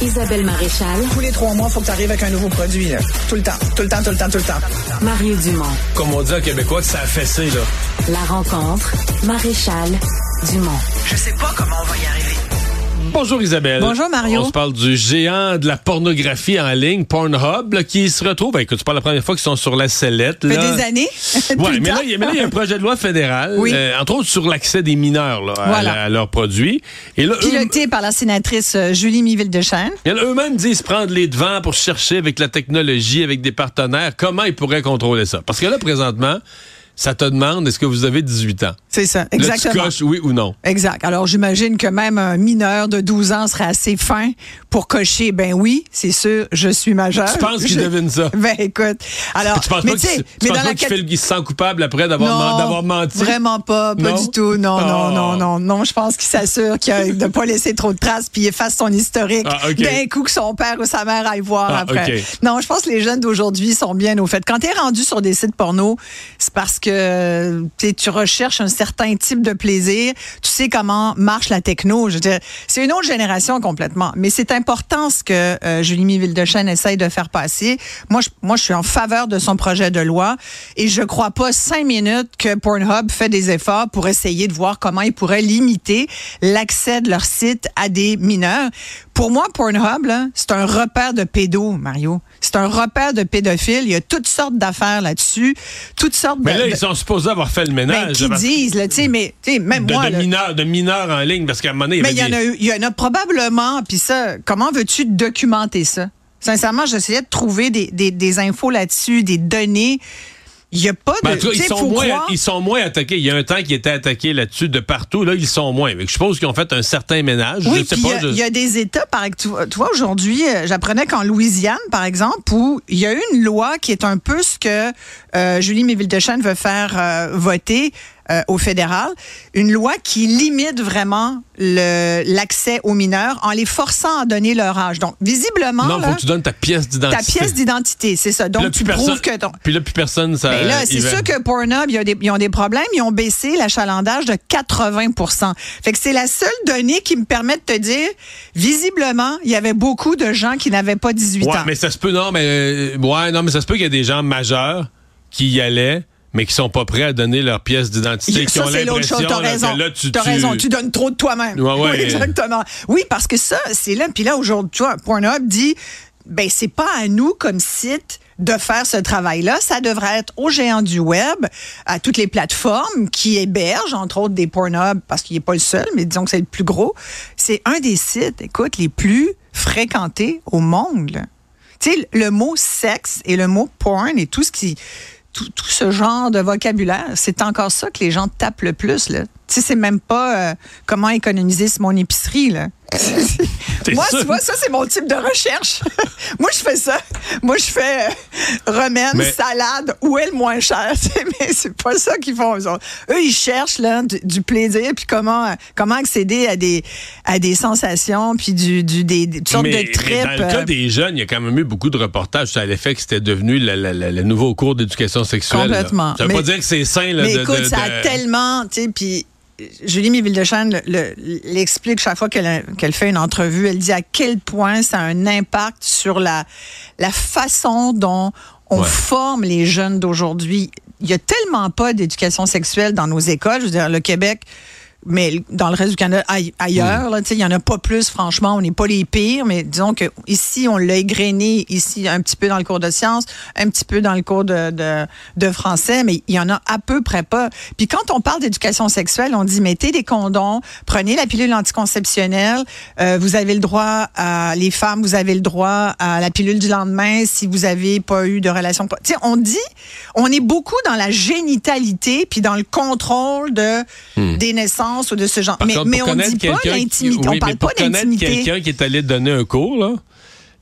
Isabelle Maréchal. Tous les trois mois, faut que tu arrives avec un nouveau produit. Là. Tout le temps, tout le temps, tout le temps, tout le temps. Mario Dumont. Comme on dit en québécois, que ça a fessé, là. La rencontre, Maréchal Dumont. Je sais pas comment on va y arriver. Bonjour Isabelle. Bonjour Mario. On se parle du géant de la pornographie en ligne, Pornhub, là, qui se retrouve, ben, écoute, c'est pas la première fois qu'ils sont sur la sellette. Ça Là. fait des années. Ouais, mais là, il y a- mais là, il y a un projet de loi fédéral, Oui. euh, entre autres sur l'accès des mineurs là, à, Voilà. la- à leurs produits. Et là, eux- Piloté par la sénatrice euh, Julie Miville-Deschênes. et là, eux-mêmes disent prendre les devants pour chercher avec la technologie, avec des partenaires, comment ils pourraient contrôler ça. Parce que là, présentement, ça te demande est-ce que vous avez 18 ans? C'est ça, Là, exactement. tu coches oui ou non. Exact. Alors, j'imagine que même un mineur de 12 ans serait assez fin pour cocher. Ben oui, c'est sûr, je suis majeur. Tu penses qu'il Je- devine ça? Ben écoute. Alors, tu penses mais pas tu sais, qu'il tu mais penses dans pas la qu'il cat- fait le- qu'il se sent coupable après d'avoir Non, men- d'avoir menti? Vraiment pas, pas Non? du tout. Non, Ah. non, non, non, non. Je pense qu'il s'assure qu'il a- de ne pas laisser trop de traces puis il efface son historique Ah, ok. d'un coup que son père ou sa mère aille voir Ah, après. ok. Non, je pense que les jeunes d'aujourd'hui sont bien au fait. Quand tu es rendu sur des sites porno, c'est parce que tu sais, tu recherches un certain type de plaisir. Tu sais comment marche la techno. Je veux dire, c'est une autre génération complètement. Mais c'est important ce que euh, Julie Miville-Dechaine essaye de faire passer. Moi je, moi, je suis en faveur de son projet de loi et je crois pas cinq minutes que Pornhub fait des efforts pour essayer de voir comment ils pourraient limiter l'accès de leur site à des mineurs. Pour moi, Pornhub, là, c'est un repère de pédos, Mario. C'est un repère de pédophiles. Il y a toutes sortes d'affaires là-dessus, toutes sortes Mais de- là, de- ils sont supposés avoir fait le ménage. ben, qui avant- disent, là, tu sais, mais tu sais, même de, moi, de là, mineurs, de mineurs en ligne, parce qu'à un moment donné, il y mais avait il y, en des- a, eu- il y en a probablement. Puis ça, comment veux-tu documenter ça? Sincèrement, j'essayais de trouver des, des- des infos là-dessus, des données. Il n'y a pas de. Ben, en tout cas, tu ils, sais, sont faut moins, croire- ils sont moins attaqués. Il y a un temps qu'ils étaient attaqués là-dessus de partout. Là, ils sont moins. Mais je suppose qu'ils ont fait un certain ménage. Oui, je sais puis pas. il y a- je- il y, a des États, par ex- tu vois, tu vois, aujourd'hui, euh, j'apprenais qu'en Louisiane, par exemple, où il y a une loi qui est un peu ce que euh, Julie Méville-Deschênes veut faire euh, voter euh, au fédéral, une loi qui limite vraiment le- l'accès aux mineurs en les forçant à donner leur âge. Donc, visiblement, Non, là, faut que tu donnes ta pièce ta d'identité. pièce d'identité, c'est ça. Puis là, Donc, plus tu personne- prouves que ton... Puis là, plus personne, ça. Mais Ben là, il c'est va- sûr que Pornhub, il y a des- ils ont des problèmes. Ils ont baissé l'achalandage de 80 Fait que c'est la seule donnée qui me permet de te dire, visiblement, il y avait beaucoup de gens qui n'avaient pas 18 Ouais, ans. mais ça se peut, non, mais. euh, ouais, non, mais ça se peut qu'il y a des gens majeurs qui y allaient, mais qui sont pas prêts à donner leur pièce d'identité, qui Ça, ont c'est l'autre l'impression chose. T'as là, raison. que là, tu. T'as tu- raison. Tu donnes trop de toi-même. Ouais, ouais. Oui, exactement. Oui, parce que ça, c'est là. Puis là, aujourd'hui, tu vois, Pornhub dit, ben, c'est pas à nous comme site de faire ce travail-là. Ça devrait être aux géants du web, à toutes les plateformes qui hébergent, entre autres, des Pornhub, parce qu'il n'est pas le seul, mais disons que c'est le plus gros. C'est un des sites, écoute, les plus fréquentés au monde. là. Tu sais, le mot sexe et le mot porn et tout ce qui. Tout, tout ce genre de vocabulaire, c'est encore ça que les gens tapent le plus. Là. Tu sais, c'est même pas euh, comment économiser sur mon épicerie. Là. T'es Moi, sûr? tu vois, ça, c'est mon type de recherche. Moi, je fais ça. Moi, je fais euh, romaine, Mais- salade, où est le moins cher? Tu sais, Mais c'est pas ça qu'ils font. eux autres. Eux, ils cherchent là, du, du plaisir, puis comment, euh, comment accéder à des, à des sensations, puis du, du, des, des toutes sortes Mais- de mais tripes. dans le cas euh, des jeunes, il y a quand même eu beaucoup de reportages sur l'effet que c'était devenu le, le- le- le nouveau cours d'éducation sexuelle. là. Complètement. Ça veut pas Mais- dire que c'est sain. Là, Mais de- écoute, de- ça de- a tellement, tu sais, puis Julie Miville-Deschênes le- le- l'explique chaque fois qu'elle a- qu'elle fait une entrevue, elle dit à quel point ça a un impact sur la, la façon dont on Ouais. forme les jeunes d'aujourd'hui. Il y a tellement pas d'éducation sexuelle dans nos écoles. Je veux dire, le Québec, mais dans le reste du Canada, aille- Mm. ailleurs, là, tu sais, il y en a pas plus, franchement. On n'est pas les pires, mais disons que ici, on l'a égrené, ici, un petit peu dans le cours de sciences, un petit peu dans le cours de, de, de français, mais il y en a à peu près pas. Puis quand on parle d'éducation sexuelle, on dit mettez des condoms, prenez la pilule anticonceptionnelle, euh, vous avez le droit à, les femmes, vous avez le droit à la pilule du lendemain si vous avez pas eu de relation. Tu sais, on dit, on est beaucoup dans la génitalité puis dans le contrôle de, Euh, Mm. des naissances ou de ce genre. Par mais contre, mais pour on connaître dit pas quelqu'un qui- l'intimité. oui, on parle mais pour pas connaître d'intimité. quelqu'un qui est allé donner un cours là,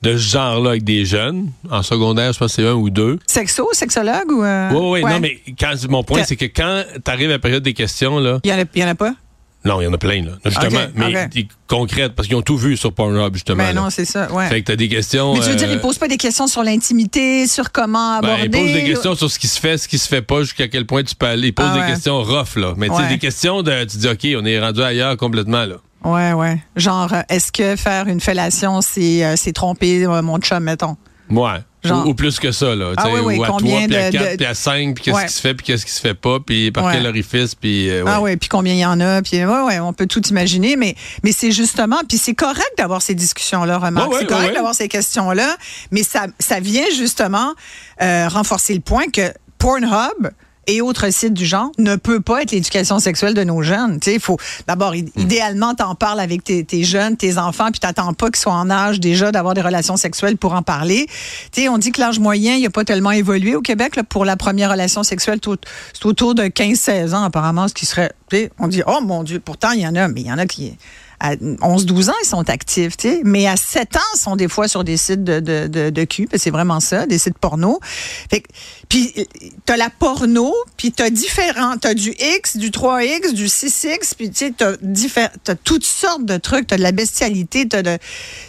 de ce genre-là avec des jeunes, en secondaire, je pense que c'est un ou deux. Sexo, sexologue ou. euh, Oui, oui, ouais. non, mais quand, mon point, Que- c'est que quand tu arrives à la période des questions, là, Il y en a, il y en a pas? non, il y en a plein, là, justement, Ok, mais ok. des concrètes, parce qu'ils ont tout vu sur Pornhub, justement. là. Ben non, c'est ça, ouais. Fait que tu as des questions. Mais tu veux dire, euh, ils posent pas des questions sur l'intimité, sur comment Ben, aborder. il pose des questions sur ce qui se fait, ce qui se fait pas, jusqu'à quel point tu peux aller. Il pose Ah des ouais. questions rough, là. Mais tu sais, Ouais. des questions de. Tu dis, OK, on est rendu ailleurs complètement, là. Ouais, ouais. Genre, euh, est-ce que faire une fellation, c'est euh, c'est tromper euh, mon chum, mettons? Ouais. Genre- Ou, ou plus que ça, là. Ah tu sais, oui, oui, Ou à 3, combien puis à de- 4, de- puis à 5, puis qu'est-ce Ouais. qui se fait, puis qu'est-ce qui se fait pas, puis par Ouais. quel orifice, puis... euh, ouais. Ah ouais, puis combien il y en a, puis ouais, ouais, on peut tout imaginer, mais, mais c'est justement, puis c'est correct d'avoir ces discussions-là, remarque, Ouais, ouais, c'est correct ouais, ouais. d'avoir ces questions-là, mais ça, ça vient justement euh, renforcer le point que Pornhub et autres sites du genre ne peut pas être l'éducation sexuelle de nos jeunes. Tu sais, il faut d'abord Hmm. id- idéalement t'en parles avec tes, tes jeunes, tes enfants, puis t'attends pas qu'ils soient en âge déjà d'avoir des relations sexuelles pour en parler. Tu sais, on dit que l'âge moyen, il a pas tellement évolué au Québec là, pour la première relation sexuelle, tout- c'est autour de 15-16 ans apparemment, ce qui serait, tu sais, on dit oh mon Dieu, pourtant il y en a, mais il y en a qui à 11-12 ans, ils sont actifs, tu sais. Mais à 7 ans, ils sont des fois sur des sites de, de, de, de cul, puis c'est vraiment ça, des sites porno. Fait que- puis t'as la porno, puis t'as différents, t'as du X, du 3X, du 6X, puis tu sais, t'as diffé- t'as toutes sortes de trucs, t'as de la bestialité, t'as de,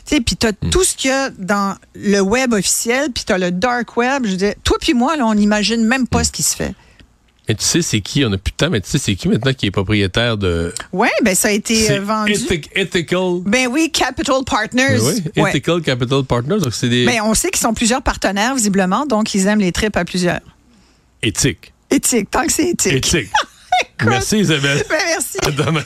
tu sais, puis t'as Hmm. tout ce qu'il y a dans le web officiel, puis t'as le dark web. Je veux dire, toi puis moi, là, on n'imagine même Hmm. pas ce qui se fait. Mais tu sais, c'est qui? On a plus de temps, mais tu sais, c'est qui maintenant qui est propriétaire de... Ouais, ben ça a été C'est euh, vendu. Ethic- Ethical... Ben oui, Capital Partners. Mais Ben oui, Ouais. Ethical Capital Partners, donc c'est des... Mais Ben, on sait qu'ils sont plusieurs partenaires, visiblement, donc ils aiment les tripes à plusieurs. Éthique. Éthique, tant que c'est éthique. Éthique. Merci, Isabelle. Ben, merci. À demain.